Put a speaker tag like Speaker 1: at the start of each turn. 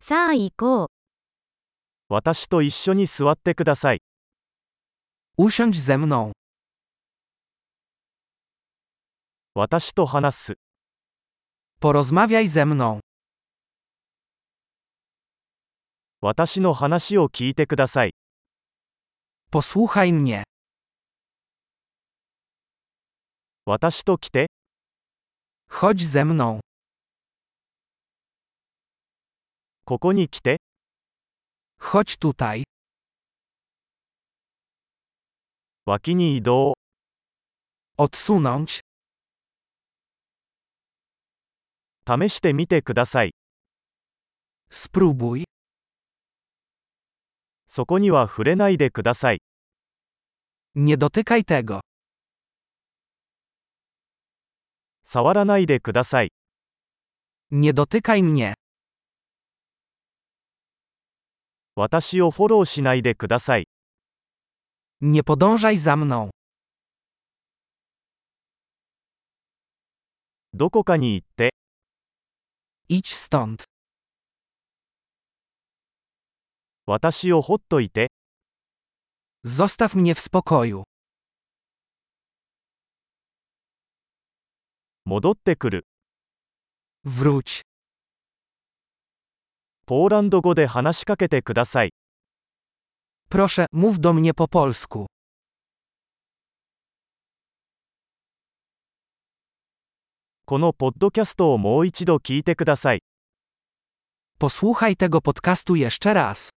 Speaker 1: さあ行こう。
Speaker 2: 私と一緒に座ってください。
Speaker 3: Usiądź ze mną.
Speaker 2: 私と話す。
Speaker 3: Porozmawiaj ze mną.
Speaker 2: 私の話を聞いてください。
Speaker 3: Posłuchaj mnie.
Speaker 2: 私と来て、
Speaker 3: Chodź ze mną.
Speaker 2: ここに来て、
Speaker 3: Chodź tutaj.
Speaker 2: 脇に移動、
Speaker 3: Odsunąć.
Speaker 2: 試してみてください。
Speaker 3: Spróbuj.
Speaker 2: そこには触れないでください。
Speaker 3: Nie dotykaj tego.
Speaker 2: 触らないでください。
Speaker 3: Nie dotykaj mnie.
Speaker 2: 私をフォローしないでください。
Speaker 3: Nie podążaj za mną.
Speaker 2: どこかに行って、
Speaker 3: Idź stąd.
Speaker 2: 私をほっといて、
Speaker 3: Zostaw mnie w spokoju.
Speaker 2: 戻ってくる。
Speaker 3: Wróć.
Speaker 2: ポーランド語で話しかけてください。
Speaker 3: Proszę, mów do mnie po polsku.
Speaker 2: このポッドキャストをもう一度聞いてください。
Speaker 3: Posłuchaj tego podcastu jeszcze raz.